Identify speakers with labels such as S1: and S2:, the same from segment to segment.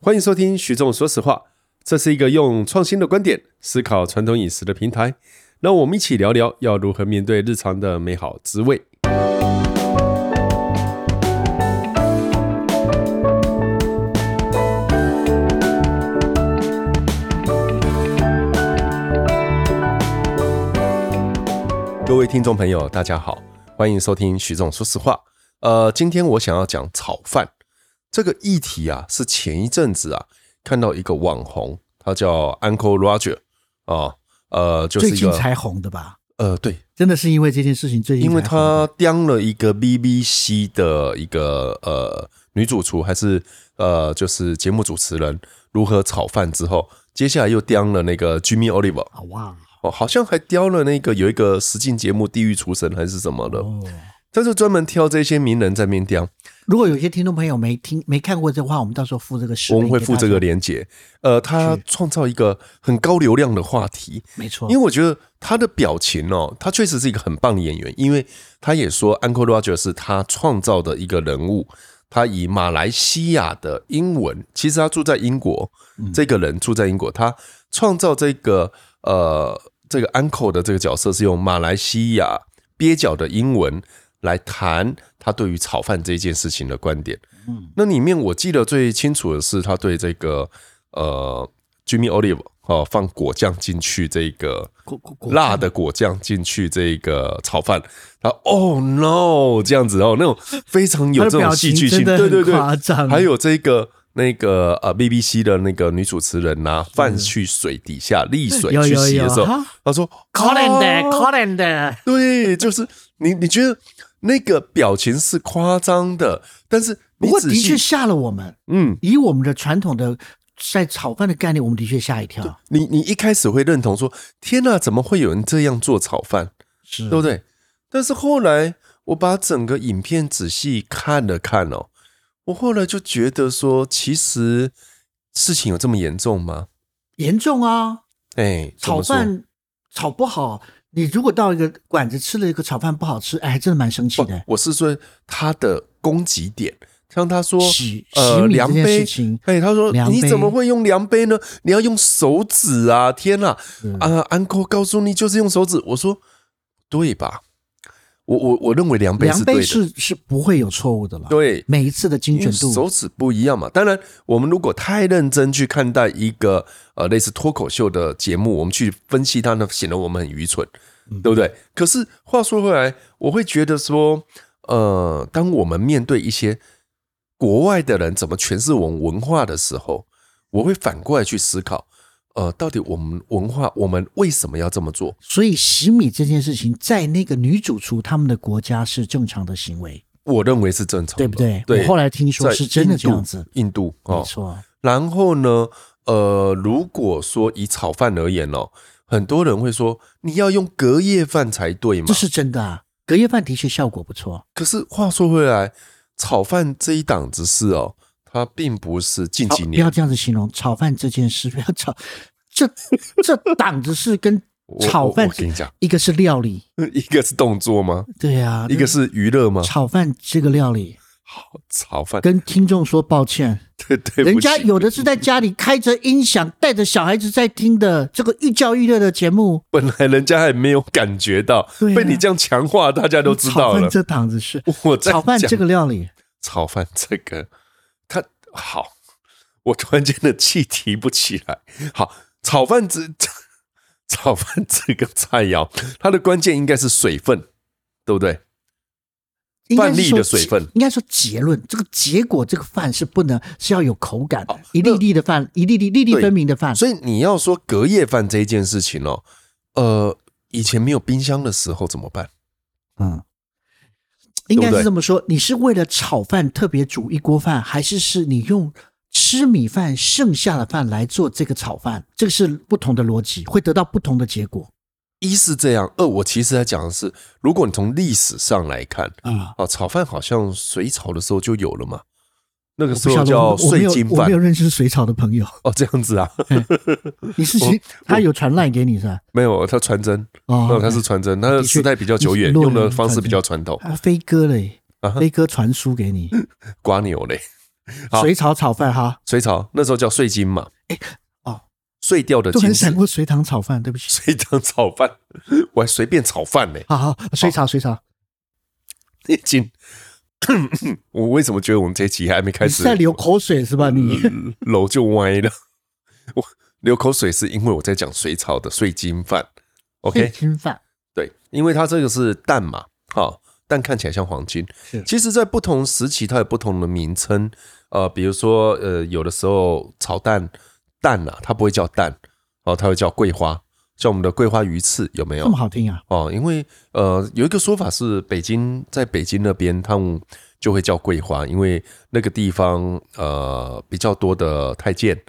S1: 欢迎收听徐总说实话，这是一个用创新的观点思考传统饮食的平台。让我们一起聊聊要如何面对日常的美好滋味。各位听众朋友，大家好，欢迎收听徐总说实话。呃，今天我想要讲炒饭这个议题啊，是前一阵子啊看到一个网红，他叫 Uncle Roger 啊、呃，就是一
S2: 最
S1: 个
S2: 近才红的吧？
S1: 呃，对，
S2: 真的是因为这件事情最近才
S1: 因
S2: 红
S1: 为
S2: 的，
S1: 他刁了一个 BBC 的一个呃女主厨，还是呃就是节目主持人如何炒饭之后，接下来又刁了那个 Jimmy Oliver，
S2: 啊哇
S1: 哦，好像还刁了那个有一个实境节目《地狱厨神》还是什么的，
S2: 哦！
S1: 他就专门挑这些名人在面刁。
S2: 如果有些听众朋友没听没看过这话，我们到时候附这个视频，
S1: 我们会附这个，连接，呃，他
S2: 是
S1: 创造一个很高流量的话题，
S2: 没错，
S1: 因为
S2: 为
S1: 我觉得他的表情哦，他确实是一个很棒的演员，因为他也说 Uncle Roger 是他创造的一个人物，他以马来西亚的英文，其实他住在英国，这个人住在英国，他创造这个呃这个 Uncle 的这个角色是用马来西亚蹩脚的英文来谈他对于炒饭这件事情的观点。
S2: 嗯，
S1: 那里面我记得最清楚的是他对这个呃 Jimmy Olive 哦放果酱进去这个
S2: 果果果
S1: 辣的果酱进去这个炒饭，然后 Oh no 这样子哦，那种非常有这
S2: 他的
S1: 种
S2: 表
S1: 戏
S2: 情
S1: 剧性，
S2: 真的
S1: 对
S2: 很
S1: 对对，
S2: 夸张
S1: 还有这个。那个呃，BBC 的那个女主持人呐、饭去水底下沥水
S2: 嗯有
S1: 去
S2: 有
S1: 洗
S2: 有
S1: 的时候，
S2: 哈哦
S1: 她说
S2: colander
S1: 啊
S2: colander，
S1: 对，就是你，你觉得那个表情是夸张的，但是
S2: 不
S1: 你
S2: 过
S1: 仔
S2: 的确
S1: 细，
S2: 吓了我们，
S1: 嗯，
S2: 以我们的传统的在炒饭的概念，我们的确吓一跳，
S1: 你你一开始会认同说，天哪、怎么会有人这样做炒饭，
S2: 是
S1: 对不对？但是后来我把整个影片仔细看了看哦，我后来就觉得说，其实事情有这么严重吗？
S2: 严重啊，
S1: 哎，怎
S2: 炒
S1: 么说
S2: 饭炒不好。你如果到一个馆子吃了一个炒饭不好吃，哎，真的蛮生气
S1: 不
S2: 的。
S1: 我是说他的攻击点，像他说
S2: 洗洗
S1: 呃
S2: 米
S1: 量
S2: 这件
S1: 杯
S2: 事情，
S1: 哎、他说
S2: 量
S1: 你
S2: 杯
S1: 怎么会用量杯呢？你要用手指啊！天哪、
S2: 是
S1: 啊！uncle 告诉你就是用手指，我说对吧？我我我认为量杯
S2: 量
S1: 是对
S2: 杯
S1: 的，
S2: 是是不会有错误的了。
S1: 对，
S2: 每一次的精
S1: 因为
S2: 准度
S1: 手指不一样嘛。当然，我们如果太认真去看待一个呃类似脱口秀的节目，我们去分析它呢，显得我们很愚蠢，
S2: 嗯
S1: 对不对？可是话说回来，我会觉得说，呃，当我们面对一些国外的人怎么诠释我们文化的时候，我会反过来去思考，呃，到底我们文化，我们为什么要这么做？
S2: 所以洗米这件事情，在那个女主厨他们的国家是正常的行为，
S1: 我认为是正常的，
S2: 对不对？
S1: 对，
S2: 我后来听说
S1: 在
S2: 是真的这样子，
S1: 印度，印度
S2: 没
S1: 哦，
S2: 错，
S1: 然后呢，呃，如果说以炒饭而言哦，很多人会说你要用隔夜饭才对嘛
S2: 这。是真的啊。隔夜饭的确效果不错，
S1: 可是话说回来，炒饭这一档子事哦，它并不是近
S2: 好
S1: 几
S2: 不
S1: 年。
S2: 要这样子形容炒饭这件事，不 要炒这这档子是跟
S1: 我
S2: 炒
S1: 我
S2: 饭
S1: 我跟你讲，
S2: 一个是料理，
S1: 一个是动作吗？
S2: 对啊，
S1: 一个是娱乐吗？
S2: 炒饭这个料理，
S1: 炒饭，
S2: 跟听众说抱歉，
S1: 对 对不
S2: 人
S1: 起
S2: 家有的是在家里开着音响，带着小孩子在听的这个寓教于乐的节目，
S1: 本来人家还没有感觉到，
S2: 对啊
S1: 被你这样强化，大家都知道
S2: 嗯炒
S1: 了
S2: 饭。这档子是
S1: 我在
S2: 炒饭
S1: 讲
S2: 这个料理，
S1: 炒饭这个，它好，我突然间的气提不起来。好，炒饭这 炒饭这个菜肴，它的关键应该是水分，对不对？
S2: 应该
S1: 饭粒
S2: 是说
S1: 的水分
S2: 结应该说结论，这个结果，这个饭是不能是要有口感的，一粒粒的饭，一粒粒粒粒
S1: 哦对
S2: 分明的饭，
S1: 所以你要说隔夜饭这一件事情哦，呃，以前没有冰箱的时候怎么办？
S2: 嗯。应
S1: 对
S2: 该
S1: 不
S2: 是
S1: 对
S2: 这么说，你是为了炒饭特别煮一锅饭，还是是你用吃米饭剩下的饭来做这个炒饭？这个是不同的逻辑，会得到不同的结果
S1: 一是这样，二我其实在讲的是，如果你从历史上来看
S2: 啊。
S1: 啊，炒饭好像隋朝的时候就有了嘛，那个
S2: 我
S1: 时
S2: 不
S1: 候
S2: 晓得，
S1: 叫
S2: 我我没
S1: 碎
S2: 有
S1: 金
S2: 我
S1: 饭
S2: 没有认识水草的朋友，
S1: 哦，这样子啊，
S2: 你是谁？他有传赖给你是吧？
S1: 没有，它传真。
S2: 哦
S1: 哦，，它是传真，它的
S2: 的确
S1: 时代比较久远，
S2: 你是
S1: 用的
S2: 洛阳
S1: 方式
S2: 传
S1: 比较传统。
S2: 哦啊，飞哥嘞
S1: 啊，
S2: 飞哥传输给你，
S1: 瓜牛嘞， 好
S2: 水炒炒饭哈，
S1: 隋朝那时候叫碎金嘛，
S2: 哎哦，
S1: 碎掉的
S2: 都
S1: 金
S2: 很
S1: 子
S2: 闪，过水塘炒饭，对 不起。
S1: 水当炒饭，我还随便炒饭呢、
S2: 好好，水炒水炒，
S1: 已经。我为什么觉得我们这一集还没开
S2: 你
S1: 始嗯呃
S2: 是在流口水是吧？你
S1: 楼就歪了？我流口水是因为我在讲水炒的碎金饭。
S2: 可以
S1: OK，
S2: 侵犯
S1: 对，因为它这个是蛋嘛，好、蛋看起来像黄金
S2: 是。
S1: 其实，在不同时期它有不同的名称，呃，比如说，呃，有的时候炒蛋蛋啊，它不会叫蛋，哦，它会叫桂花，像我们的桂花鱼翅有没有
S2: 这么？好听啊？
S1: 哦，因为呃，有一个说法是，北京在北京那边，他们就会叫桂花，因为那个地方呃比较多的太监，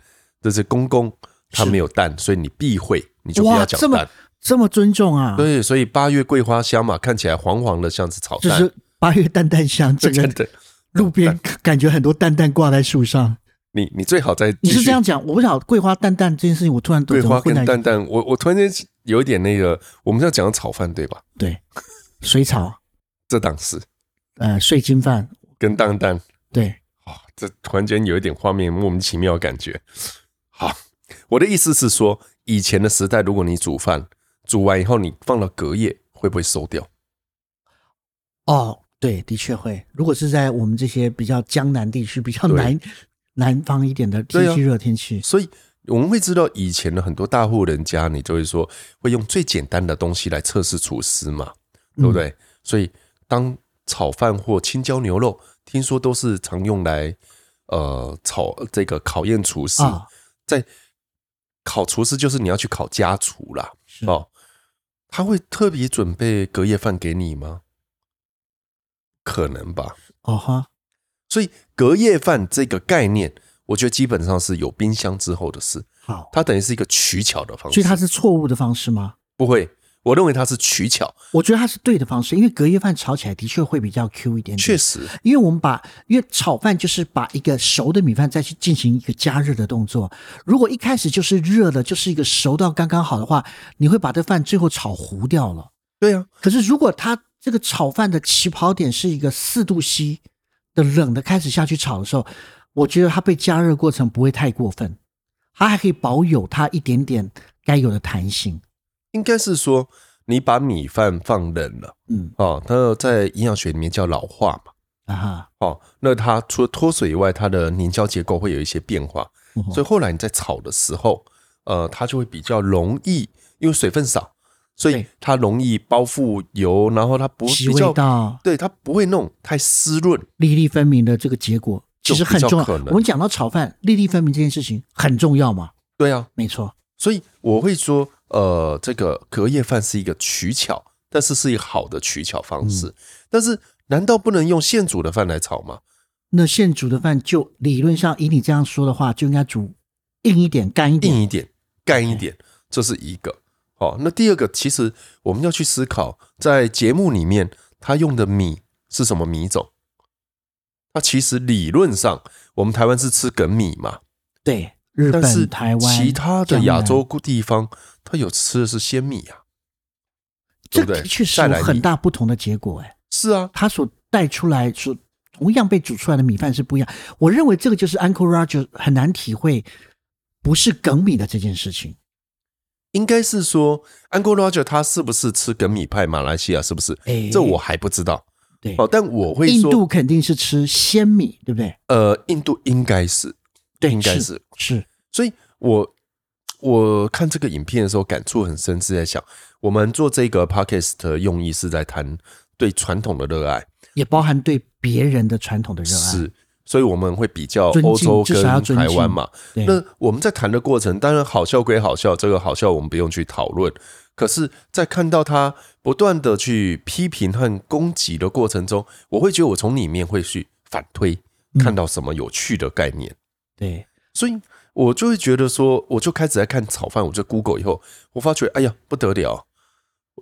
S1: 这是公公，他
S2: 是
S1: 没有蛋，所以你避讳，你就不
S2: 哇，
S1: 要讲
S2: 这么
S1: 蛋。
S2: 这么尊重啊？
S1: 对，所以八月桂花香嘛，看起来黄黄的，像是炒
S2: 就
S1: 蛋。
S2: 是八月蛋蛋香，整
S1: 真
S2: 个
S1: 的，
S2: 路边 感觉很多蛋蛋挂在树上。
S1: 你你最好再
S2: 你
S1: 继
S2: 是
S1: 续
S2: 这样讲，我不晓得桂花蛋蛋这件事情，我突然都
S1: 桂
S2: 怎么
S1: 花
S2: 混
S1: 跟
S2: 在一起
S1: 蛋蛋，我我突然间有一点那个，我们要讲炒饭对吧？
S2: 对水炒
S1: 这档事
S2: 呃碎金饭，
S1: 跟蛋蛋
S2: 对
S1: 这突然间有一点画面莫名其妙的感觉。好，我的意思是说，以前的时代，如果你煮饭，煮完以后你放到隔夜，会不会馊掉？
S2: 哦对，的确会。如果是在我们这些比较江南地区、比较
S1: 对
S2: 南南方一点的
S1: 对
S2: 天
S1: 啊
S2: 气热天气，
S1: 所以我们会知道，以前的很多大户人家，你就会说会用最简单的东西来测试厨师嘛，
S2: 嗯
S1: 对不对？所以当炒饭或青椒牛肉，听说都是常用来呃炒这个考验厨师，
S2: 啊
S1: 在考厨师就是你要去考家厨啦。
S2: 是
S1: 哦，他会特别准备隔夜饭给你吗？可能吧。
S2: 哦哈，
S1: 所以隔夜饭这个概念，我觉得基本上是有冰箱之后的事，
S2: 好，
S1: 它等于是一个取巧的方式。
S2: 所以它是错误的方式吗？
S1: 不会，我认为它是取巧，
S2: 我觉得它是对的方式，因为隔夜饭炒起来的确会比较 Q 一点点。
S1: 确实
S2: 因为我们把，因为炒饭就是把一个熟的米饭再去进行一个加热的动作。如果一开始就是热的，就是一个熟到刚刚好的话，你会把这饭最后炒糊掉了。
S1: 对啊，
S2: 可是如果它这个炒饭的起跑点是一个四度 C 的冷的开始下去炒的时候，我觉得它被加热过程不会太过分，它还可以保有它一点点该有的弹性。
S1: 应该是说你把米饭放冷了
S2: 嗯
S1: 哦，它在营养学里面叫老化嘛。
S2: 啊哈，
S1: 哦，那它除了脱水以外，它的凝胶结构会有一些变化，
S2: 嗯哼
S1: 所以后来你在炒的时候，呃，它就会比较容易，因为水分少，所以
S2: 对
S1: 它容易包覆油，然后它不
S2: 其
S1: 比
S2: 味
S1: 较，
S2: 道。
S1: 对，它不会弄太湿润，
S2: 粒粒分明的这个结果，其实很重
S1: 就比较可
S2: 要。
S1: 能
S2: 我们讲到炒饭，粒粒分明这件事情很重要嘛？
S1: 对啊，
S2: 没错，
S1: 所以我会说，呃，这个隔夜饭是一个取巧，但是是一个好的取巧方式，
S2: 嗯
S1: 但是难道不能用现煮的饭来炒吗？
S2: 那现煮的饭就理论上以你这样说的话，就应该煮硬一点、干一
S1: 硬
S2: 点。
S1: 一点，干一点，这是一个。哦，那第二个，其实我们要去思考，在节目里面他用的米是什么米种？它其实理论上，我们台湾是吃梗米嘛，
S2: 对，日
S1: 但是
S2: 本、台湾、
S1: 其他的亚
S2: 江
S1: 洲
S2: 南，
S1: 地方，它有吃的是鲜米啊，对
S2: 这
S1: 不对
S2: 的确是
S1: 再
S2: 有
S1: 来
S2: 很
S1: 你
S2: 大不同的结果。哎，
S1: 是啊，
S2: 它所带出来所同样被煮出来的米饭是不一样。我认为这个就是 Uncle Roger 很难体会，不是梗米的这件事情。
S1: 应该是说，Uncle Roger 他是不是吃梗米派？马来西亚是不是？
S2: 哎
S1: 这我还不知道
S2: 对，
S1: 哦，但我会
S2: 印度
S1: 说，
S2: 肯定是吃鲜米，对不对？
S1: 呃，印度应该是，
S2: 对，
S1: 应该
S2: 是
S1: 是
S2: 是
S1: 所以我我看这个影片的时候感触很深，是在想我们做这个 podcast 的用意是在谈对传统的热爱，
S2: 也包含对别人的传统的热爱。
S1: 是，所以我们会比较
S2: 尊敬
S1: 欧洲
S2: 至少要
S1: 跟
S2: 尊
S1: 台
S2: 敬
S1: 湾嘛。
S2: 对，
S1: 那我们在谈的过程，当然好笑归好笑，这个好笑我们不用去讨论。可是，在看到他不断的去批评和攻击的过程中，我会觉得我从里面会去反推，
S2: 嗯
S1: 看到什么有趣的概念。
S2: 对，
S1: 所以我就会觉得说，我就开始在看炒饭，我就 Google 以后，我发觉，哎呀，不得了，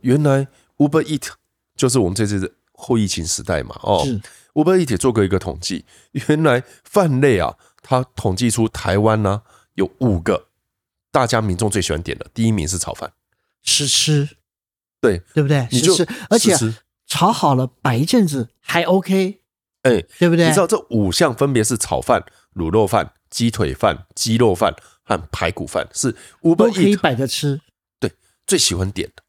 S1: 原来 Uber Eat 就是我们这次的后疫情时代嘛，哦
S2: 是
S1: ，Uber Eat 也做过一个统计，原来饭类啊，它统计出台湾呢、有五个大家民众最喜欢点的，第一名是炒饭，
S2: 试吃，
S1: 对，
S2: 对不对？
S1: 你
S2: 试
S1: 就
S2: 吃，而且
S1: 试吃
S2: 炒好了摆一阵子还 OK，
S1: 哎、
S2: 对不对？
S1: 你知道这五项分别是炒饭、卤肉饭、鸡腿饭、鸡肉饭和排骨饭，是
S2: 都
S1: Uber
S2: 可以
S1: Eat
S2: 摆着吃。
S1: 最喜欢点的。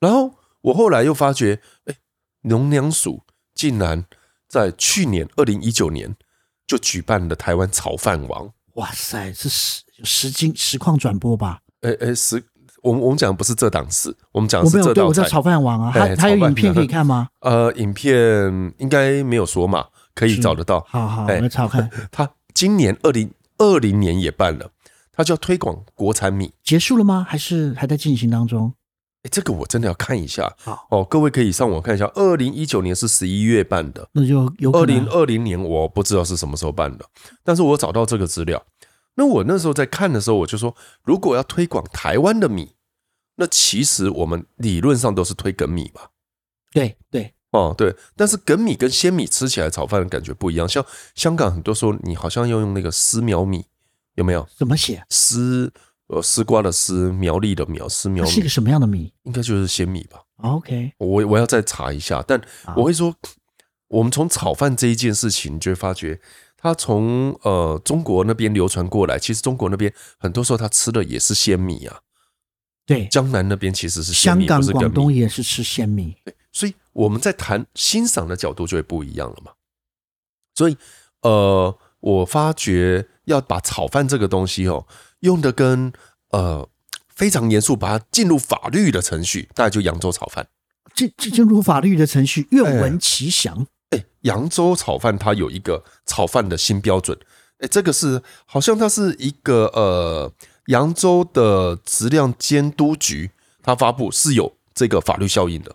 S1: 然后我后来又发觉，哎、农粮署竟然在去年二零一九年就举办了台湾炒饭王。
S2: 哇塞，是实实经实况转播吧？
S1: 哎、哎，十、我们我们讲的不是这档事，我们讲的
S2: 我
S1: 啊是
S2: 没有
S1: 这
S2: 对
S1: 道
S2: 我
S1: 菜
S2: 在。炒饭网啊，
S1: 哎
S2: 还还有
S1: 炒饭
S2: 影片可以 看吗？
S1: 呃，影片应该没有说嘛，可以
S2: 是
S1: 找得到。
S2: 好好，我
S1: 哎
S2: 们炒看。
S1: 他今年二零二零年也办了，他就要推广国产米。
S2: 结束了吗？还是还在进行当中？
S1: 哎，这个我真的要看一下
S2: 好。
S1: 哦，各位可以上网看一下，二零一九年是十一月办的，
S2: 那就有
S1: 二
S2: 可
S1: 零
S2: 能啊
S1: 二零年我不知道是什么时候办的，但是我找到这个资料。那我那时候在看的时候，我就说，如果要推广台湾的米，那其实我们理论上都是推梗米吧。
S2: 对对，
S1: 哦，对，但是梗米跟鲜米吃起来炒饭的感觉不一样。像香港很多时候，你好像要用那个丝苗米，有没有？
S2: 怎么写？
S1: 丝呃丝瓜的丝，苗栗的苗，丝苗
S2: 它是一
S1: 米
S2: 个什么样的米
S1: 应该就是鲜米吧？
S2: ？OK，
S1: 我我要再查一下，但
S2: 好
S1: 我会说，我们从炒饭这一件事情，你就会发觉，它从呃中国那边流传过来，其实中国那边很多时候他吃的也是鲜米啊，
S2: 对，
S1: 江南那边其实是鲜
S2: 香
S1: 米，
S2: 港
S1: 不、是
S2: 广
S1: 梗
S2: 东
S1: 米，
S2: 也是吃鲜米，
S1: 所以我们在谈欣赏的角度就会不一样了嘛。所以呃，我发觉要把炒饭这个东西哦，用的跟呃非常严肃，把它进入法律的程序，大概就扬州炒饭。
S2: 这这进入法律的程序，愿
S1: 哎
S2: 闻其详。
S1: 哎，扬州炒饭它有一个炒饭的新标准，哎，这个是好像它是一个呃扬州的质量监督局，它发布是有这个法律效应的。
S2: 嗯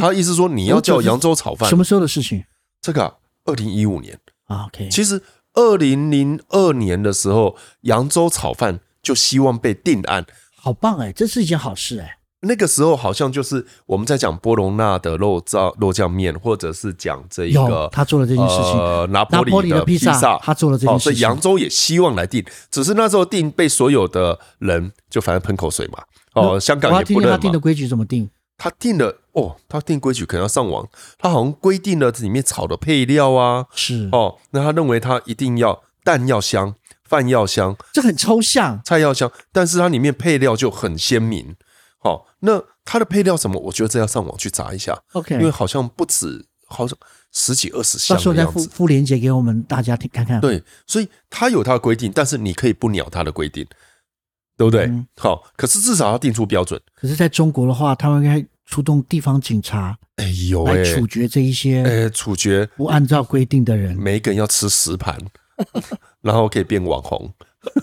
S1: 他意思说你要叫扬州炒饭
S2: 什，么时候的事情
S1: 这个啊二零一五年，
S2: 啊？OK，
S1: 其实二零零二年的时候，扬州炒饭就希望被定案。
S2: 好棒哎，这是一件好事哎。
S1: 那个时候好像就是我们在讲波隆纳的肉燥肉酱面，或者是讲这一
S2: 有
S1: 个
S2: 他做了这件事情
S1: 呃，拿
S2: 拿
S1: 破
S2: 破里
S1: 的
S2: 的披萨
S1: 萨，
S2: 他做了这件
S1: 哦所以
S2: 事情
S1: 扬州也希望来定，只是那时候定被所有的人就反正喷口水嘛。哦，
S2: 那
S1: 香
S2: 我
S1: 港
S2: 要
S1: 也
S2: 听
S1: 不
S2: 听
S1: 认
S2: 他
S1: 嘛。
S2: 定的规矩怎么定。
S1: 他定了哦，他定规矩可能要上网，他好像规定了里面炒的配料啊，
S2: 是，
S1: 哦，那他认为他一定要蛋要香，饭要香，
S2: 这很抽象。
S1: 菜要香，但是它里面配料就很鲜明。好、那它的配料什么？我觉得这要上网去查一下，
S2: OK，
S1: 因为好像不止，好像十几二十
S2: 到
S1: 项
S2: 时候
S1: 的
S2: 再
S1: 样
S2: 附
S1: 子。
S2: 附链接给我们大家听看看。
S1: 对，所以它有它的规定，但是你可以不鸟它的规定，对不对？
S2: 嗯
S1: 好，可是至少要定出标准。
S2: 可是在中国的话，他们应该出动地方警察
S1: 哎呦
S2: 来
S1: 哎、
S2: 处决这
S1: 哎、
S2: 一
S1: 嗯
S2: 些
S1: 处决
S2: 不按照规定的人。
S1: 每一个人要吃十盘， 然后可以变网红。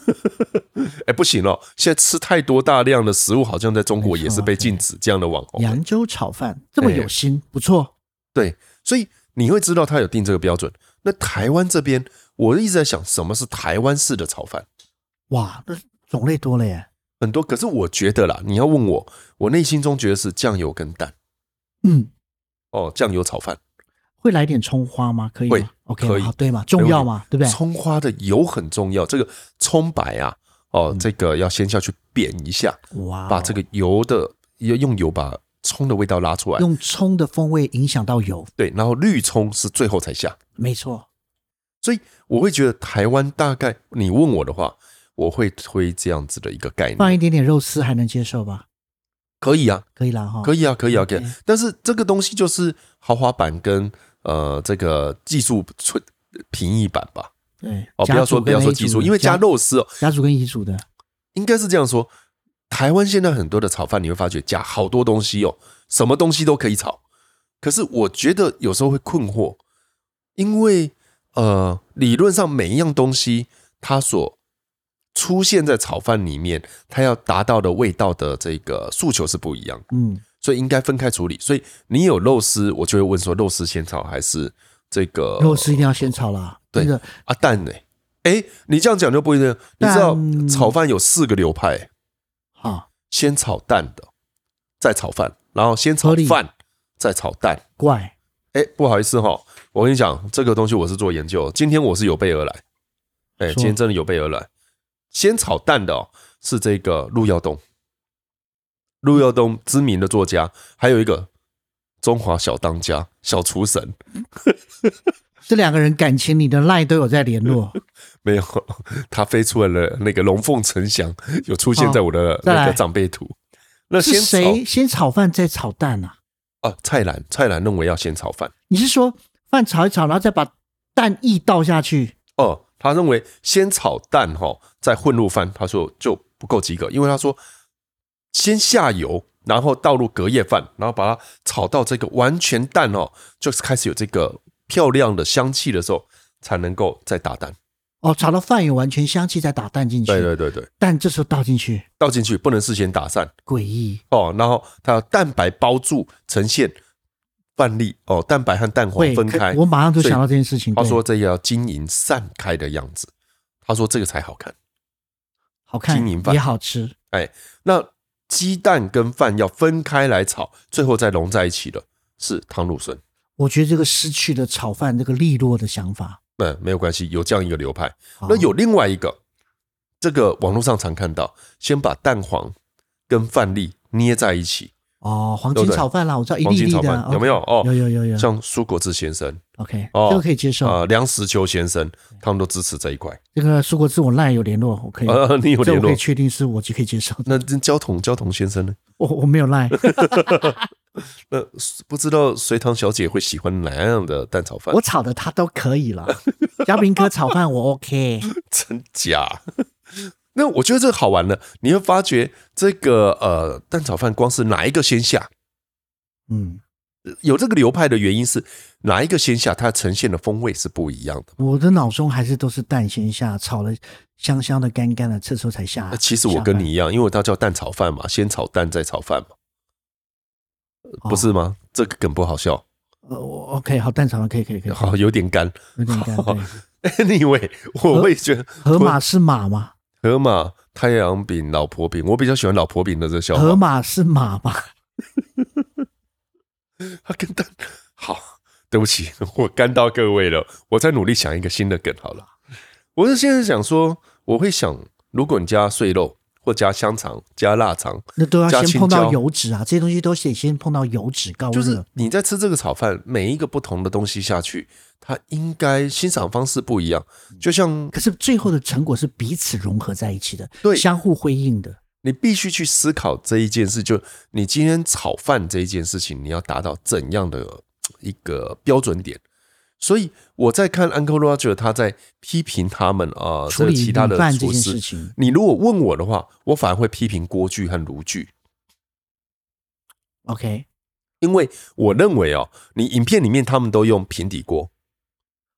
S1: 哎、不行哦，现在吃太多大量的食物，好像在中国也是被禁止这样的网红。
S2: 扬州炒饭这么有心，不错。
S1: 对，所以你会知道他有定这个标准。那台湾这边，我一直在想什么是台湾式的炒饭，哎
S2: 哇，那种类多了耶。
S1: 很多。可是我觉得啦，你要问我，我内心中觉得是酱油跟蛋
S2: 嗯，
S1: 哦，酱油炒饭，
S2: 会来点葱花吗？可以
S1: 会
S2: 吗？OK，
S1: 可以
S2: 好，对嘛，重要嘛，对不对？
S1: 哎葱花的油很重要，这个葱白啊，哦，这个要先下去煸一下，
S2: 哇嗯哦，
S1: 把这个油的要用油把葱的味道拉出来。
S2: 用葱的风味影响到油，
S1: 对，然后绿葱是最后才下，
S2: 没错。
S1: 所以我会觉得台湾大概，你问我的话，我会推这样子的一个概
S2: 放
S1: 念，
S2: 一点点肉丝还能接受吧？
S1: 可以啊，
S2: 可以啦哈。
S1: 可以啊，可以啊，可以
S2: OK
S1: 啊。但是这个东西就是豪华版跟呃这个技术纯平易版吧。
S2: 对，
S1: 哦，不要说不要说技术，因为加
S2: 加
S1: 肉丝哦，
S2: 家族跟遗嘱的，
S1: 应该是这样说。台湾现在很多的炒饭，你会发觉加好多东西哦，什么东西都可以炒。可是我觉得有时候会困惑，因为呃，理论上每一样东西它所出现在炒饭里面，它要达到的味道的这个诉求是不一样的。
S2: 嗯，
S1: 所以应该分开处理。所以你有肉丝，我就会问说，肉丝先炒还是这个
S2: 肉丝一定要先炒啦。
S1: 呃对
S2: 那个
S1: 啊蛋呢、哎、你这样讲就不一定。你知道
S2: 蛋
S1: 炒饭有四个流派，
S2: 好
S1: 先炒蛋的，再炒饭，然后先炒
S2: 合理
S1: 饭，再炒蛋。
S2: 怪
S1: 哎、不好意思哈，我跟你讲，这个东西我是做研究，今天我是有备而来。哎、
S2: 说
S1: 今天真的有备而来。先炒蛋的哦，是这个陆耀东，陆耀东知名的作家，还有一个中华小当家、小厨神，
S2: 这两个人感情你的赖都有在联络，
S1: 呃没有，他飞出来了。那个龙凤呈祥有出现在我的
S2: 再来
S1: 那个长辈图。那
S2: 哦是
S1: 先
S2: 谁
S1: 炒
S2: 先炒饭再炒蛋啊？
S1: 啊？蔡澜，蔡澜认为要先炒饭
S2: 你是说饭炒一炒，然后再把蛋液倒下去？
S1: 哦，他认为先炒蛋哈、哦，再混入饭，他说就不够及格，因为他说先下油，然后倒入隔夜饭，然后把它炒到这个完全蛋哦，就是开始有这个漂亮的香气的时候，才能够再打蛋。
S2: 哦，炒到饭有完全香气，再打蛋进去，
S1: 对对对对，
S2: 蛋这时候倒进去，
S1: 倒进去不能事先打散。
S2: 诡异。
S1: 哦，然后它要蛋白包住呈现饭粒哦，蛋白和蛋黄
S2: 会
S1: 分开。
S2: 我马上就
S1: 所以
S2: 想到这件事情。
S1: 他
S2: 对
S1: 说这个要晶莹散开的样子，他说这个才好看。
S2: 好看
S1: 金银饭
S2: 也好吃，
S1: 那鸡蛋跟饭要分开来炒，最后再融在一起的是汤鲁孙。
S2: 我觉得这个失去了炒饭这个利落的想法。
S1: 嗯，没有关系，有这样一个流派。
S2: 哦
S1: 那有另外一个，这个网络上常看到，先把蛋黄跟饭粒捏在一起，
S2: 哦，黄金
S1: 对不对
S2: 炒饭啦，我知道一
S1: 黄
S2: 粒
S1: 金
S2: 粒
S1: 炒
S2: 的
S1: 饭
S2: 啊，
S1: 有没有？哦，
S2: 有有有有
S1: 像苏国治先生
S2: OK，
S1: 哦
S2: 这个可以接受。
S1: 啊、梁实秋先生，他们都支持这一块。
S2: 这个苏国志我赖有联络，我可以，
S1: 呃，你有
S2: 这
S1: 联
S2: 我可
S1: 络
S2: 以？确定是我就可以接受的。
S1: 那这焦桐焦桐先生呢？
S2: 我我没有赖，
S1: 那不知道隋唐小姐会喜欢哪样的蛋炒饭
S2: 我？炒的他都可以了。 嘉宾哥炒饭我 OK，
S1: 真假？ 那我觉得这个好玩了，你会发觉这个呃蛋炒饭光是哪一个先下，
S2: 嗯，
S1: 有这个流派的原因是哪一个先下，它呈现的风味是不一样的。
S2: 我的脑中还是都是蛋先下，炒了香香的、干干的，这时候才下
S1: 那。呃其实我跟你一样，因为它叫蛋炒饭嘛，先炒蛋再炒饭嘛，
S2: 哦
S1: 不是吗？这个梗不好笑，
S2: 呃我 OK 好蛋炒饭可以可以可以，
S1: 好有点干。
S2: 有点干。对
S1: Anyway，我会觉得
S2: 河马是马吗？
S1: 河马、太阳饼、老婆饼，我比较喜欢老婆饼的这笑
S2: 河
S1: 话。
S2: 马是马吗？
S1: 它跟蛋 好，对不起， 我干到各位了，我再努力想一个新的梗好了。我是现在想说，我会想，如果你加碎肉或加香肠、加腊肠，
S2: 那都要
S1: 加
S2: 先
S1: 青
S2: 碰到
S1: 椒
S2: 油脂啊，这些东西都得先碰到油脂高热。
S1: 就是你在吃这个炒饭，每一个不同的东西下去，它应该欣赏方式不一样。就像
S2: 可是最后的成果是彼此融合在一起的，
S1: 对
S2: 相互辉映的。
S1: 你必须去思考这一件事，就你今天炒饭这一件事情，你要达到怎样的呃一个标准点？所以我在看 Uncle Roger，他在批评他们啊、呃，
S2: 处
S1: 这个
S2: 理
S1: 其他的
S2: 米饭这
S1: 厨
S2: 件事
S1: 师。
S2: 情，
S1: 你如果问我的话，我反而会批评锅具和炉具，
S2: OK，
S1: 因为我认为哦，你影片里面他们都用平底锅，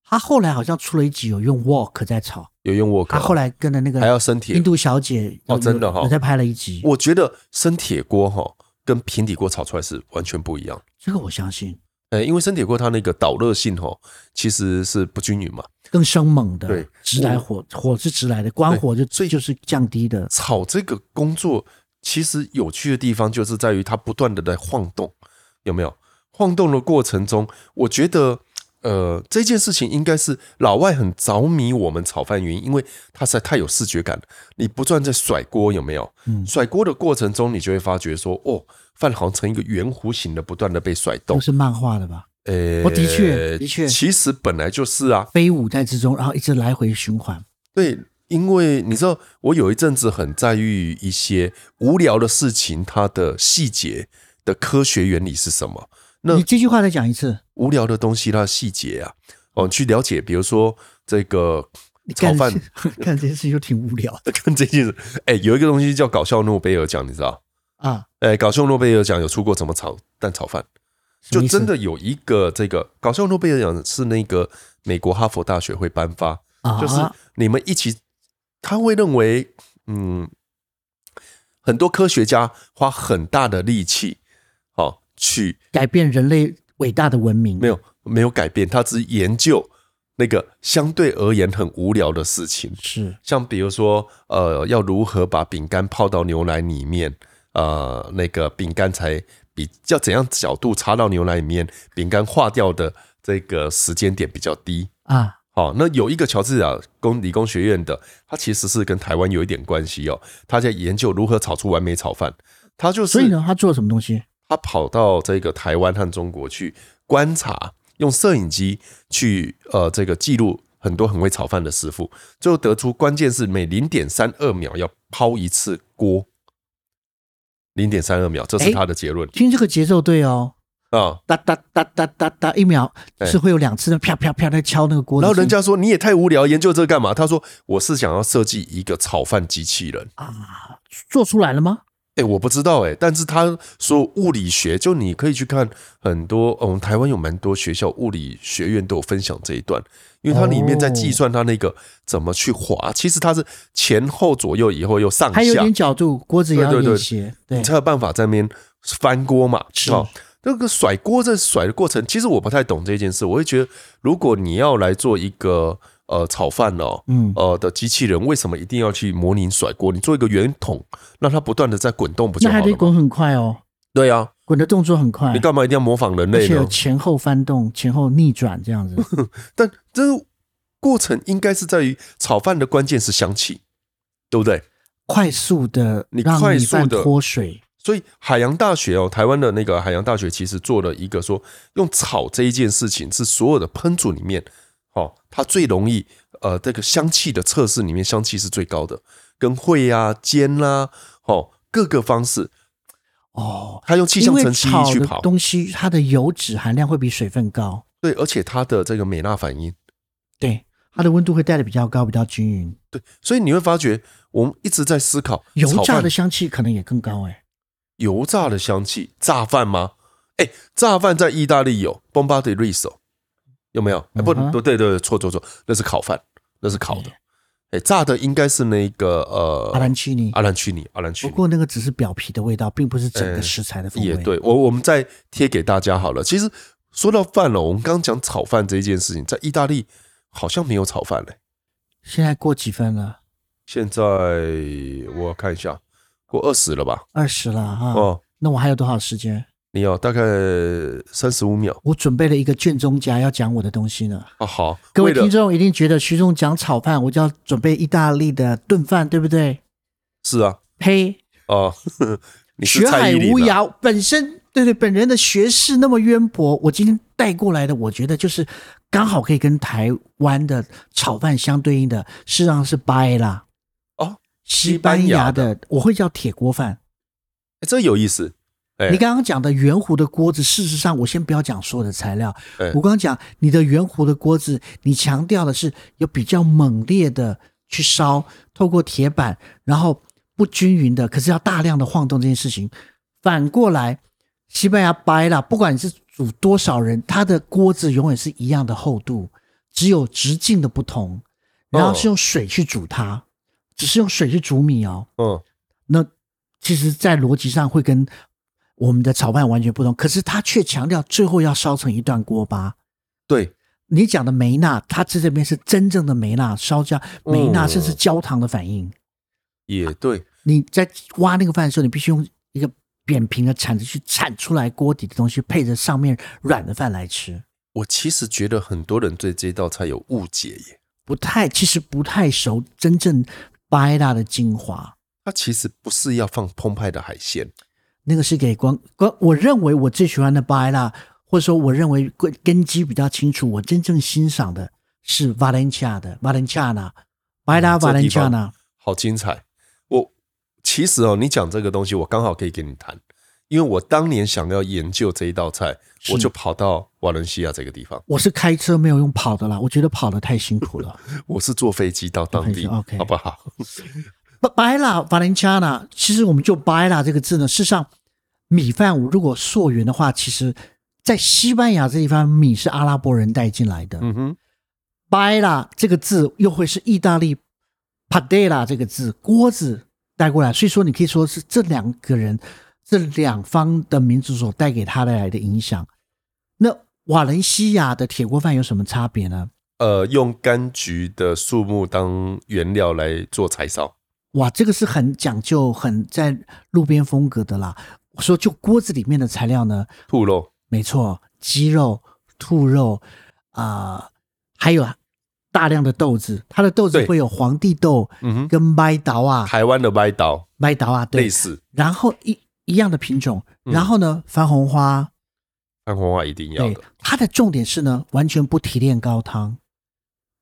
S2: 他后来好像出了一集有用 walk 在炒，
S1: 有用沃克，
S2: 他啊后来跟着那
S1: 啊还要
S2: 个
S1: 生铁
S2: 印度小姐
S1: 哦
S2: 有
S1: 真的哈
S2: 有在拍了一集，
S1: 我觉得生铁锅哈、跟平底锅炒出来是完全不一样。
S2: 这个我相信
S1: 呃，因为生铁锅它那个导热性哈、其实是不均匀嘛，
S2: 更生猛的，
S1: 对
S2: 直来
S1: 我
S2: 火火是直来的，关
S1: 对
S2: 火就
S1: 所以
S2: 就是降低的，
S1: 炒这个工作其实有趣的地方就是在于它不断的在晃动，有没有？晃动的过程中，我觉得，呃，这件事情应该是老外很着迷我们炒饭原因，因为它实在太有视觉感了。你不断在甩锅，有没有？
S2: 嗯
S1: 甩锅的过程中，你就会发觉说，哦，饭好像成一个圆弧形的，不断的被甩
S2: 都
S1: 动。
S2: 是漫画的吧？
S1: 呃
S2: 哦的确的确
S1: 其实本来就是啊，
S2: 飞舞在之中，然后一直来回循环。
S1: 对，因为你知道，我有一阵子很在意一些无聊的事情，它的细节的科学原理是什么？那
S2: 你这句话再讲一次，
S1: 无聊的东西它的细节啊，哦，你去了解，比如说这个
S2: 你
S1: 炒
S2: 干
S1: 饭
S2: 干这件事情就 挺无聊的
S1: 跟这件事，哎，有一个东西叫搞笑诺贝尔奖，你知道？
S2: 啊，
S1: 哎，搞笑诺贝尔奖有出过怎么炒蛋炒饭？
S2: 什么
S1: 就
S2: 意思
S1: 真的有一个这个搞笑诺贝尔奖是那个美国哈佛大学会颁发，
S2: 啊，
S1: 就是你们一起，他会认为，嗯，很多科学家花很大的力气，哦，去
S2: 改变人类伟大的文明。
S1: 没有没有改变，他只研究那个相对而言很无聊的事情，
S2: 是
S1: 像比如说，呃，要如何把饼干泡到牛奶里面，呃，那个饼干才比要怎样角度插到牛奶里面，饼干化掉的这个时间点比较低，
S2: 啊，
S1: 好，那有一个乔治亚工理工学院的，他其实是跟台湾有一点关系哦。他在研究如何炒出完美炒饭，他就
S2: 所以
S1: 是
S2: 呢，他做了什么东西？
S1: 他跑到这个台湾和中国去观察，用摄影机去呃这个记录很多很会炒饭的师傅，最后得出关键是每零点三二秒要抛一次锅，零点三二秒，这是
S2: 诶
S1: 他的结论
S2: 听这个节奏对哦，
S1: 啊。
S2: 哒哒哒哒哒哒，一秒
S1: 哎
S2: 是会有两次的啪啪啪在敲那个锅子。
S1: 然后人家说你也太无聊，研究这干嘛？他说我是想要设计一个炒饭机器人。
S2: 啊，做出来了吗？
S1: 哎、我不知道哎、但是他说物理学，就你可以去看很多，哦我、们台湾有蛮多学校物理学院都有分享这一段，因为它里面在计算它那个怎么去滑，其实它是前后左右以后又上
S2: 还有
S1: 下
S2: 点，角度，锅子也要
S1: 对对对
S2: 练习。对
S1: 你才有办法在那边翻锅嘛。
S2: 是
S1: 哦，那个甩锅这甩的过程，其实我不太懂这件事，我会觉得如果你要来做一个呃炒饭哦，
S2: 嗯，
S1: 呃的机器人，为什么一定要去模拟甩锅？你做一个圆筒，让它不断的在滚动不就
S2: 那
S1: 好
S2: 还
S1: 了
S2: 得
S1: 吗？
S2: 滚很快哦，
S1: 对啊。
S2: 滚的动作很快
S1: 你，干嘛一定要模仿人
S2: 而
S1: 类
S2: 且有
S1: 呢？
S2: 前后翻动、前后逆转这 样子。
S1: 但这个过程应该是在于炒饭的关键是香气，对不对？
S2: 快速的
S1: 你
S2: 让
S1: 快
S2: 米
S1: 速
S2: 饭
S1: 地
S2: 脱水，
S1: 所以海洋大学哦，台湾的那个海洋大学其实做了一个说，用炒这一件事情是所有的烹煮里面，哦，它最容易呃这个香气的测试里面香气是最高的，跟烩啊、煎啦、哦各个方式，
S2: 哦，
S1: 它用气
S2: 因
S1: 象
S2: 为
S1: 层记
S2: 炒
S1: 忆去
S2: 的
S1: 跑，
S2: 东西它的油脂含量会比水分高，
S1: 对，而且它的这个美纳反应。
S2: 对，它的温度会带的比较高，比较均匀，
S1: 对，所以你会发觉，我们一直在思考
S2: 油
S1: 炒
S2: 炸
S1: 饭
S2: 的香气可能也更高哎。
S1: 油炸的香气，炸饭吗？哎、炸饭在意大利有 b o m b a d i r i s o 有没有？哎、不，
S2: 嗯哼
S1: 不对，对对，错错错，那是烤饭，那是烤的。哎、炸的应该是那个呃，
S2: 阿兰奇尼，
S1: 阿兰曲尼，阿兰曲
S2: 不
S1: 尼。
S2: 过那个只是表皮的味道，并不是整
S1: 哎
S2: 个食材的风味。
S1: 也对我，我们再贴给大家好了。其实说到饭了，我们刚刚讲炒饭这件事情，在意大利好像没有炒饭嘞、
S2: 现在过几分了？
S1: 现在我看一下，过二十了吧？
S2: 二十了哈。
S1: 哦，
S2: 那我还有多少时间？
S1: 你有大概三十五秒
S2: 我准备了一个卷宗夹要讲我的东西呢。
S1: 啊。好，
S2: 各位
S1: 为了
S2: 听众一定觉得徐总讲炒饭，我就要准备意大利的炖饭，对不对？
S1: 是啊，
S2: 呸！
S1: 哦， 呵呵你是
S2: 学
S1: 蔡
S2: 海
S1: 依林
S2: 无
S1: 啊
S2: 涯，本身对对，本人的学识那么渊博，我今天带过来的，我觉得就是刚好可以跟台湾的炒饭相对应的，事实上是巴埃拉，
S1: 哦，
S2: 西
S1: 班
S2: 班
S1: 牙
S2: 牙
S1: 的
S2: 的，我会叫铁锅饭。
S1: 欸这有意思。哎
S2: 你刚刚讲的圆弧的锅子，事实上我先不要讲所有的材料，
S1: 哎
S2: 我刚刚讲你的圆弧的锅子，你强调的是有比较猛烈的去烧，透过铁板，然后不均匀的，可是要大量的晃动这件事情。反过来，西班牙掰了，不管你是煮多少人，它的锅子永远是一样的厚度，只有直径的不同，然
S1: 哦
S2: 后是用水去煮它，只是用水去煮米哦。
S1: 嗯，
S2: 那其实，在逻辑上会跟我们的炒饭完全不同，可是他却强调最后要烧成一段锅巴。
S1: 对，
S2: 你讲的梅纳，它这这边是真正的梅纳烧焦，梅纳
S1: 嗯
S2: 甚至焦糖的反应。
S1: 也对，
S2: 你在挖那个饭的时候，你必须用一个扁平的铲子去铲出来锅底的东西，配着上面软的饭来吃。
S1: 我其实觉得很多人对这道菜有误解耶，
S2: 不太，其实不太熟真正巴耶拉的精华。
S1: 它其实不是要放澎湃的海鲜，
S2: 那个是给光光，我认为我最喜欢的巴埃拉，或者说我认为根根基比较清楚，我真正欣赏的是 Valencia 的 Valenciana，巴埃拉
S1: 嗯这地方
S2: Valenciana，
S1: 好精彩。我其实哦，你讲这个东西，我刚好可以跟你谈，因为我当年想要研究这一道菜，
S2: 是
S1: 我就跑到瓦伦西亚这个地方，
S2: 我是开车没有用跑的啦，我觉得跑的太辛苦 了。
S1: 我是坐飞机到当地，
S2: OK，OK
S1: 好不好？
S2: 巴巴埃拉 Valenciana，其实我们就巴埃拉这个字呢，事实上米饭我如果溯源的话，其实在西班牙这地方米是阿拉伯人带进来的，
S1: 嗯哼，
S2: 掰啦这个字又会是意大利 padella 这个字锅子带过来，所以说你可以说是这两个人这两方的民族所带给他带来的影响。那瓦伦西亚的铁锅饭有什么差别呢？
S1: 呃，用柑橘的树木当原料来做柴烧，
S2: 哇，这个是很讲究、很在路边风格的啦。我说就锅子里面的材料呢，
S1: 兔肉，
S2: 没错，鸡肉、兔肉，啊、还有大量的豆子，它的豆子
S1: 对
S2: 会有黄地豆
S1: 嗯哼，
S2: 跟麦豆啊，
S1: 台湾的麦岛
S2: 麦豆啊，对
S1: 类，似，
S2: 然后一一样的品种，
S1: 嗯
S2: 然后呢，番红花，
S1: 暗红花一定要
S2: 对
S1: 的，，
S2: 它的重点是呢，完全不提炼高汤。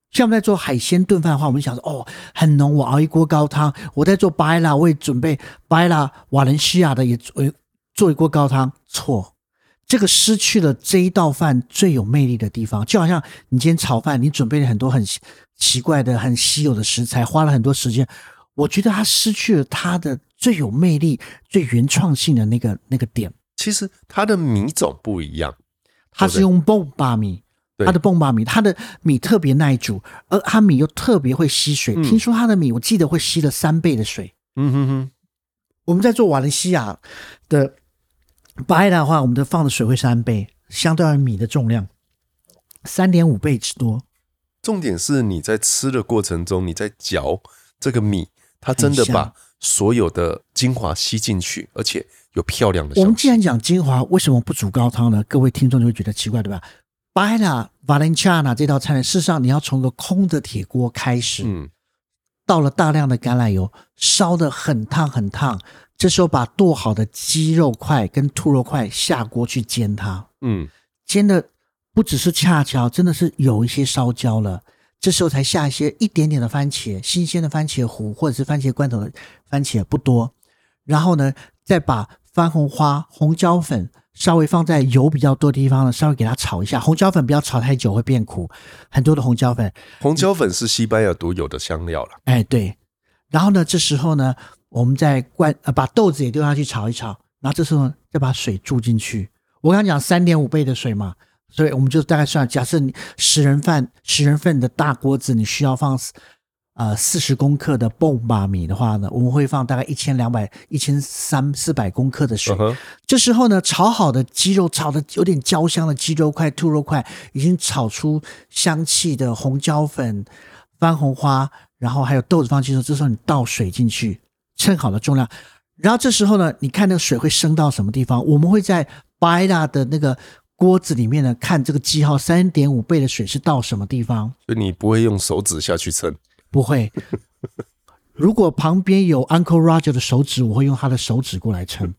S2: 像我们在做海鲜炖饭的话，我们想说哦，很浓，我熬一锅高汤；我在做白拉，我也准备白拉瓦伦西亚的也做呃做一锅高汤。错，这个失去了这一道饭最有魅力的地方，就好像你今天炒饭，你准备了很多很奇奇怪的、很稀有的食材，花了很多时间，我觉得它失去了它的最有魅力、最原创性的那个那个点。
S1: 其实它的米种不一样，
S2: 它是用泵把米，
S1: 对
S2: 它的泵把米，它的米特别耐煮，而它米又特别会吸水。
S1: 嗯
S2: 听说它的米，我记得会吸了三倍的水。
S1: 嗯哼哼，
S2: 我们在做瓦伦西亚的白兰的话，我们的放的水会三倍，相对于米的重量三点五倍之多。
S1: 重点是你在吃的过程中，你在嚼这个米，它真的
S2: 很香
S1: 把所有的精华吸进去，而且有漂亮的
S2: 我
S1: 香
S2: 们
S1: 气。
S2: 既然讲精华，为什么不煮高汤呢？各位听众就会觉得奇怪，对吧？白兰 Valenciana 这道菜，事实上你要从个空的铁锅开始，
S1: 嗯，
S2: 倒了大量的橄榄油，烧得很烫很烫。这时候把剁好的鸡肉块跟兔肉块下锅去煎它，
S1: 嗯，
S2: 煎的不只是恰焦，真的是有一些烧焦了。这时候才下一些一点点的番茄，新鲜的番茄糊或者是番茄罐头的番茄不多。然后呢，再把番红花、红椒粉稍微放在油比较多的地方呢，稍微给它炒一下。红椒粉不要炒太久，会变苦。很多的红椒粉，
S1: 红椒粉是西班牙独有的香料了。
S2: 哎，对。然后呢，这时候呢，我们再灌呃把豆子也丢下去炒一炒，然后这时候呢再把水注进去。我刚刚讲三点五倍的水嘛，所以我们就大概算，假设你十人饭十人份的大锅子，你需要放呃四十公克的蹦巴米的话呢，我们会放大概一千两百一千三四百公克的水。
S1: 嗯哼，
S2: 这时候呢，炒好的鸡肉，炒的有点焦香的鸡肉块、兔肉块，已经炒出香气的红椒粉、番红花，然后还有豆子放进去。这时候你倒水进去，称好的重量。然后这时候呢，你看那个水会升到什么地方？我们会在 b 拉的那个锅子里面呢，看这个记号三点五倍的水是到什么地方。
S1: 所以你不会用手指下去称。
S2: 不会。如果旁边有 Uncle Roger 的手指，我会用他的手指过来称。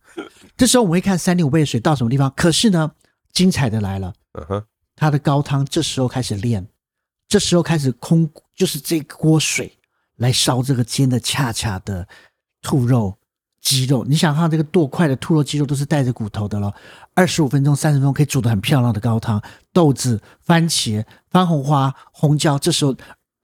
S2: 这时候我们会看三点五倍的水到什么地方。可是呢，精彩的来了，
S1: 嗯哼，
S2: 它的高汤这时候开始炼，这时候开始空，就是这锅水来烧这个煎的恰恰的兔肉、鸡肉。你想看这个剁块的兔肉、鸡肉都是带着骨头的了，二十五分钟、三十分钟可以煮的很漂亮的高汤，豆子、番茄、番红花、红椒，这时候。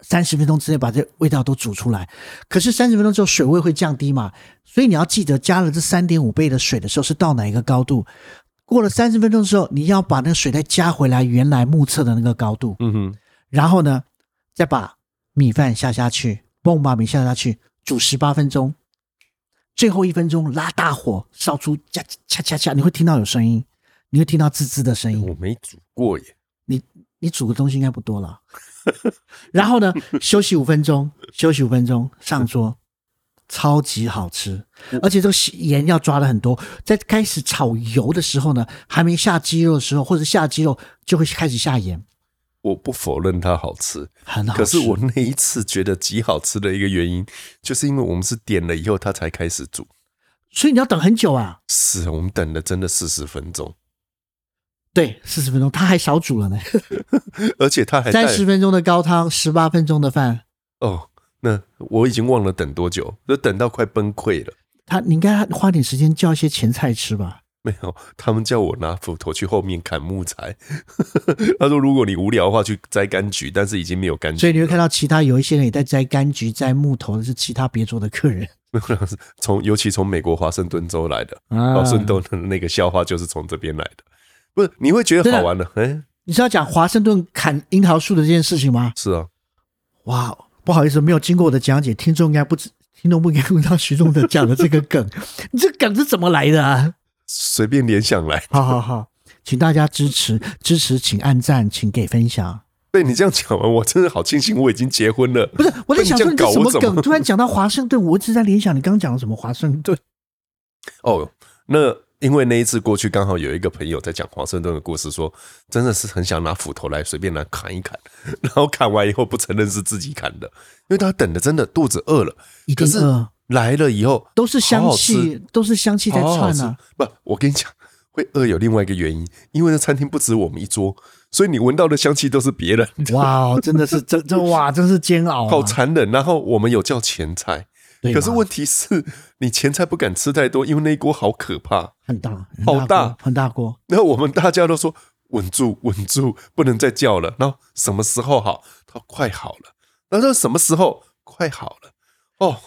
S2: 三十分钟之内把这味道都煮出来，可是三十分钟之后水位会降低嘛，所以你要记得加了这三点五倍的水的时候是到哪一个高度，过了三十分钟之后，你要把那个水再加回来原来目测的那个高度，
S1: 嗯哼，
S2: 然后呢，再把米饭下下去，蹦把米下下去，煮十八分钟，最后一分钟拉大火烧出恰恰恰恰，你会听到有声音，你会听到滋滋的声音
S1: 我。没煮过耶。
S2: 你你煮的东西应该不多了。 然后呢，休息五分钟，休息五分钟，上桌，超级好吃，
S1: 嗯
S2: 而且这个盐要抓的很多。在开始炒油的时候呢，还没下鸡肉的时候，或者下鸡肉就会开始下盐，
S1: 我不否认它好吃，
S2: 很好吃。
S1: 可是我那一次觉得极好吃的一个原因， 就是因为我们是点了以后它才开始煮。
S2: 所以你要等很久啊，
S1: 是我们等了真的四十分钟，
S2: 对，四十分钟，他还少煮了呢，
S1: 而且它还带
S2: 三十分钟的高汤，十八分钟的饭。
S1: 哦，那我已经忘了等多久，就等到快崩溃了。
S2: 他，你应该花点时间叫一些前菜吃吧。
S1: 没有，他们叫我拿斧头去后面砍木材。 他说，如果你无聊的话，去摘柑橘，但是已经没有柑橘。
S2: 所以你会看到其他有一些人也在摘柑橘、摘木头，是其他别桌的客人
S1: 从尤其从美国华盛顿州来的，
S2: 啊
S1: 华盛顿的那个笑话就是从这边来的。不是，你会觉得好玩的，哎、
S2: 你是要讲华盛顿砍樱桃树的这件事情吗？
S1: 是啊，
S2: 哇，哦不好意思，没有经过我的讲解，听众应该不知，听众不应该知道徐仲德讲的这个梗，你 这梗是怎么来的啊？
S1: 随便联想来。
S2: 好好好，请大家支持支持，请按赞，请给分享。
S1: 被你这样讲完，我真的好庆幸我已经结婚了。
S2: 不是，我在想说
S1: 被你
S2: 你
S1: 这
S2: 这
S1: 样搞
S2: 什
S1: 我
S2: 么
S1: 怎
S2: 梗？
S1: 么
S2: 突然讲到华盛顿，我一直在联想你刚刚讲的什么华盛顿。
S1: 哦，那因为那一次过去，刚好有一个朋友在讲华盛顿的故事说，真的是很想拿斧头来随便来砍一砍，然后砍完以后不承认是自己砍的，因为他等的真的肚子饿了，
S2: 一定
S1: 可是
S2: 饿
S1: 来了以后
S2: 呃都是香
S1: 好好
S2: 气，
S1: 吃
S2: 都是香气在
S1: 好好
S2: 串
S1: 吃
S2: 啊。
S1: 不，我跟你讲，会饿有另外一个原因，因为那餐厅不止我们一桌，所以你闻到的香气都是别人，
S2: 哇哦，真的是这这哇，真是煎熬、啊，
S1: 好残忍。然后我们有叫前菜，
S2: 对吧
S1: 可是问题是你前菜不敢吃太多，因为那一锅好可怕。
S2: 很大，很
S1: 好
S2: 大
S1: 大
S2: 锅，很大锅。
S1: 那我们大家都说稳住，稳住，不能再叫了。然后什么时候好？他说快好了。然后说什么时候快好了？哦，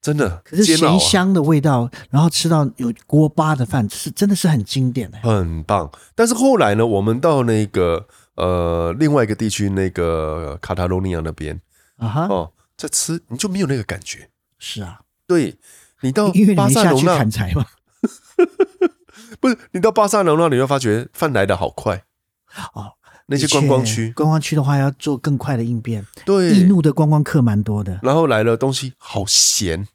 S1: 真的，
S2: 可是
S1: 煎熬啊
S2: 咸香的味道，然后吃到有锅巴的饭，是真的是很经典的、
S1: 很棒。但是后来呢，我们到那个呃另外一个地区，那个卡塔罗尼亚那边
S2: 啊哈。
S1: 哦，在吃你就没有那个感觉。
S2: 是啊，
S1: 对你到
S2: 因
S1: 哦
S2: 为你
S1: 巴
S2: 没
S1: 塞
S2: 下
S1: 隆
S2: 去
S1: 那
S2: 砍，柴嘛。
S1: 不是你到巴塞隆那，你会发觉饭来的好快
S2: 哦，
S1: 那些
S2: 的确
S1: 观光区
S2: 观光区的话要做更快的应变，易
S1: 对，
S2: 怒的观光客蛮多的。
S1: 然后来了东西好咸，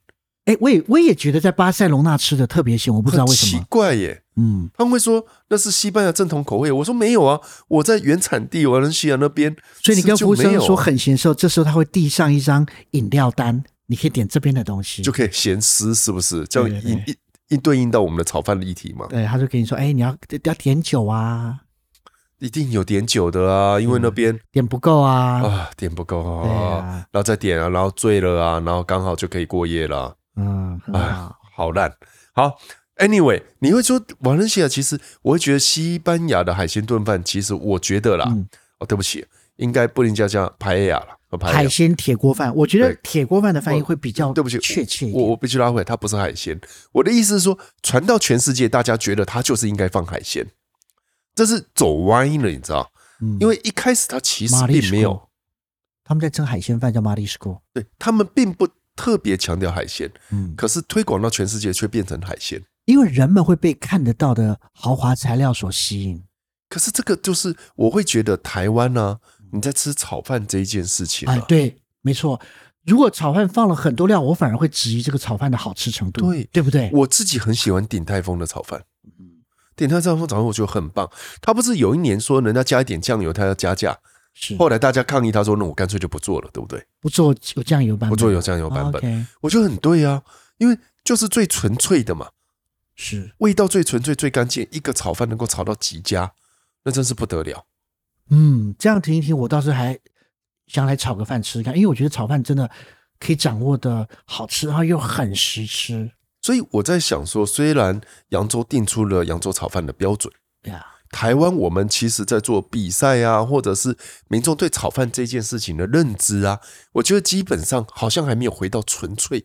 S2: 哎，我也我也觉得在巴塞隆纳吃的特别咸，我不知道为什
S1: 很
S2: 么
S1: 奇。怪耶。
S2: 嗯，
S1: 他们会说那是西班牙正统口味，我说没有啊，我在原产地瓦伦西亚那边，
S2: 所以你跟服务
S1: 就没
S2: 生
S1: 有啊
S2: 说很咸的时候，这时候他会递上一张饮料单，你可以点这边的东西。
S1: 就可以咸湿，是不是？这样
S2: 对对
S1: 一一一对应到我们的炒饭的议题嘛？
S2: 对，他就跟你说，哎，你要要点酒啊，
S1: 一定有点酒的啊，因为那边、
S2: 点不够啊。
S1: 啊点不够
S2: 嗯对
S1: 啊，
S2: 啊，
S1: 然后再点啊，然后醉了啊，然后刚好就可以过夜了啊，
S2: 嗯，很好。
S1: 好烂。好，anyway，你会说瓦伦西亚其实，我会觉得西班牙的海鲜炖饭，其实我觉得啦，
S2: 嗯
S1: 哦，对不起，应该不能叫叫排亚了，呃
S2: 海
S1: 排亚。
S2: 鲜铁锅饭，我觉得
S1: 对哦
S2: 铁锅饭的翻译会比较
S1: 对不起，
S2: 确切一
S1: 我
S2: 点。
S1: 我必须拉回来，它不是海鲜。我的意思是说，传到全世界，大家觉得它就是应该放海鲜，这是走歪了，你知道？
S2: 嗯
S1: 因为一开始它其实
S2: 马里
S1: 并
S2: 斯
S1: 没有
S2: 锅，他们在蒸海鲜饭叫马里斯锅。
S1: 对他们并不特别强调海鲜，
S2: 嗯，
S1: 可是推广到全世界却变成海鲜。
S2: 因为人们会被看得到的豪华材料所吸引
S1: 可是这个就是我会觉得台湾呢、
S2: 嗯
S1: 你在吃炒饭这一件事情、啊
S2: 啊，对，没错。如果炒饭放了很多料，我反而会质疑这个炒饭的好吃程度，
S1: 对
S2: 对不对？
S1: 我自己很喜欢鼎泰丰的炒饭，
S2: 嗯
S1: 鼎泰丰炒饭我觉得很棒。他不是有一年说人家加一点酱油，他要加价，
S2: 是
S1: 后来大家抗议他说那我干脆就不做了，对不对？
S2: 不做有酱油版本，
S1: 不做有酱油版本，
S2: 哦 OK，
S1: 我觉得很对啊，因为就是最纯粹的嘛，
S2: 是，
S1: 味道最纯粹、最干净，一个炒饭能够炒到极佳，那真是不得了。
S2: 嗯，这样停一停，我倒是还想来炒个饭吃吃看，因为我觉得炒饭真的可以掌握的好吃，然后又很实吃
S1: 所以我在想说，虽然扬州定出了扬州炒饭的标准，
S2: 呀。
S1: 台湾我们其实在做比赛啊，或者是民众对炒饭这件事情的认知啊，我觉得基本上好像还没有回到纯粹。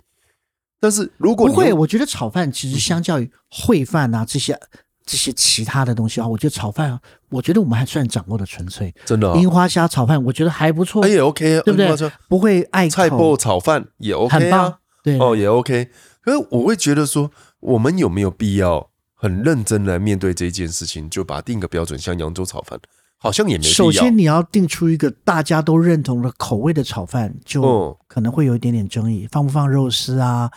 S1: 但是如果
S2: 不
S1: 你嗯
S2: 会，
S1: 用
S2: 我觉得炒饭其实相较于烩饭啊这些这些其他的东西啊，我觉得炒饭，我觉得我们还算掌握的纯粹。
S1: 真的、啊，
S2: 樱花虾炒饭我觉得还不错，
S1: 哎也 OK，啊
S2: 对不
S1: 樱花虾
S2: 对？不会爱
S1: 菜脯
S2: 口，
S1: 炒饭也 OK
S2: 很棒
S1: 啊，，
S2: 对，
S1: 哦也 OK。可是我会觉得说，我们有没有必要很认真来面对这件事情，就把它定个标准，像扬州炒饭，好像也没必要。
S2: 首先，你要定出一个大家都认同的口味的炒饭，就
S1: 哦
S2: 可能会有一点点争议，放不放肉丝啊，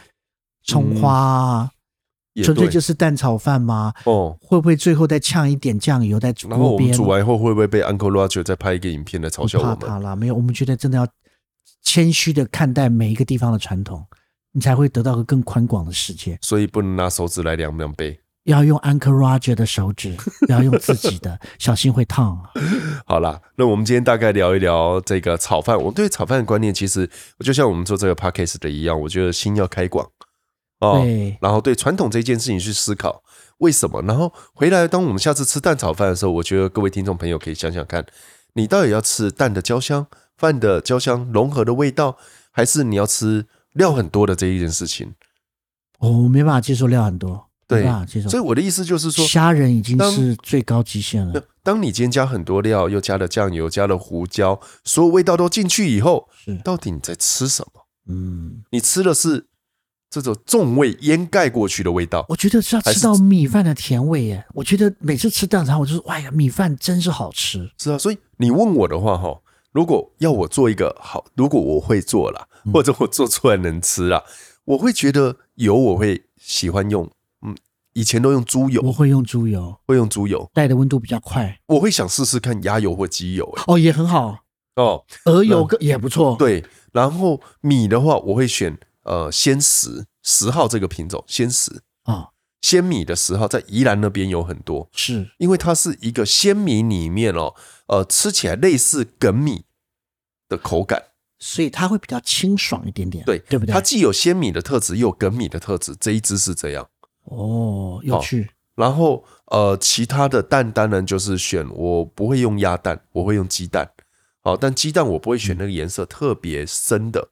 S2: 葱花啊，
S1: 嗯也
S2: 纯粹
S1: 对
S2: 就是蛋炒饭吗？
S1: 哦，
S2: 会不会最后再呛一点酱油在
S1: 然后
S2: 锅
S1: 我们
S2: 边？
S1: 煮完以后，会不会被 Uncle Roger 再拍一个影片来嘲笑
S2: 怕
S1: 我
S2: 怕
S1: 们？
S2: 啦，没有，我们觉得真的要谦虚的看待每一个地方的传统，你才会得到个更宽广的世界。
S1: 所以不能拿手指来量量杯。
S2: 要用 Uncle Roger 的手 指，不要用自己的，小心会烫啊。
S1: 好啦，那我们今天大概聊一聊这个炒饭。我对炒饭的观念，其实就像我们做这个 podcast 的一样，我觉得心要开广哦，
S2: 对，
S1: 然后对传统这件事情去思考为什么。然后回来，当我们下次吃蛋炒饭的时候，我觉得各位听众朋友可以想想看，你到底要吃蛋的焦香、饭的焦香融合的味道，还是你要吃料很多的这一件事情？
S2: 哦我没办法接受料很多，
S1: 对
S2: 没办法接受
S1: 所以。我的意思就是说，
S2: 虾仁已经
S1: 当
S2: 是最高极限了
S1: 那。当你今天加很多料，又加了酱油，加了胡椒，所有味道都进去以后，
S2: 是，
S1: 到底你在吃什么？
S2: 嗯，
S1: 你吃的是这种重味掩盖过去的味道，
S2: 我觉得是要
S1: 还
S2: 吃
S1: 是
S2: 到米饭的甜味耶。我觉得每次吃蛋炒饭，我就是哎呀，米饭真是好吃。
S1: 是啊。所以你问我的话，哈，如果要我做一个好，如果我会做啦，或者我做出来能吃啦，我会觉得油我会喜欢用，嗯，以前都用猪
S2: 我
S1: 油，
S2: 会用猪油，
S1: 会用猪油，
S2: 带的温度比较快，
S1: 我会想试试看鸭油或鸡油、欸
S2: 哦，也很好。
S1: 哦，
S2: 鹅油更也不错，，
S1: 对，然后米的话，我会选呃鲜食十号这个品种，鲜食
S2: 啊，
S1: 鲜米的十号，在宜兰那边有很多，
S2: 是
S1: 因为它是一个鲜米里面哦，呃，吃起来类似梗米的口感，
S2: 所以它会比较清爽一点点，
S1: 对
S2: 对不对
S1: 它？既有鲜米的特质，又有梗米的特质，这一只是这样。
S2: 哦，有趣，
S1: 然后呃，其他的蛋当然就是选我不会用鸭蛋，我会用鸡蛋。好，但鸡蛋我不会选那个颜色特别深的。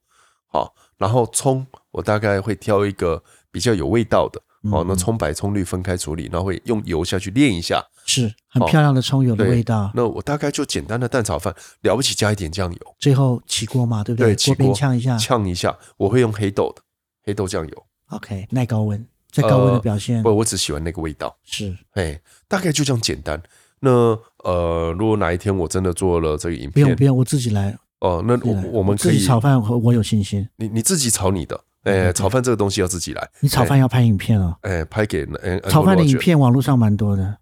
S1: 好，然后葱我大概会挑一个比较有味道的。好，
S2: 嗯
S1: 那葱白葱绿分开处理，然后会用油下去炼一下。
S2: 是很
S1: 哦
S2: 漂亮的葱油的
S1: 对
S2: 味道。
S1: 那我大概就简单的蛋炒饭，了不起加一点酱油，
S2: 最后起锅嘛，对不
S1: 对，起
S2: 锅
S1: 锅
S2: 边呛一下
S1: 呛一下。我会用黑豆的黑豆酱油，
S2: ，OK，耐高温，在高温的表现、
S1: 呃不，我只喜欢那个味道。
S2: 是
S1: 哎，大概就这样简单。那呃，如果哪一天我真的做了这个影
S2: 不用
S1: 片
S2: 不，用，我自己来，
S1: 哦、那
S2: 自己
S1: 我
S2: 来
S1: 我们可
S2: 自己
S1: 以
S2: 炒嗯饭，我我有信心。
S1: 你你自己炒你的，
S2: 对
S1: 哎，
S2: 对
S1: 炒饭这个东西要自己来，
S2: 你炒饭要拍影片哦，
S1: 哎，拍给哎，
S2: 炒饭的
S1: Uncle
S2: 影
S1: Roger
S2: 片网络上蛮多的，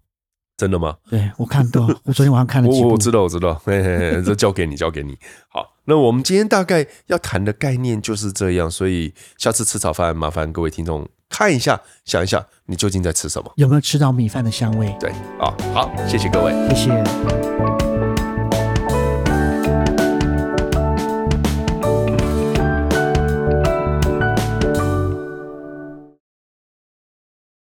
S1: 真的吗？
S2: 对我看 到，我昨天晚上看了
S1: 我
S2: 几
S1: 我
S2: 嗯部
S1: 我，知道我知道，嘿嘿嘿，这交给你交给你。好，那我们今天大概要谈的概念就是这样，所以下次吃炒饭，麻烦各位听众看一下，想一下你究竟在吃什么。
S2: 有没有吃到米饭的香味？
S1: 对啊，好，谢谢各位。
S2: 谢谢。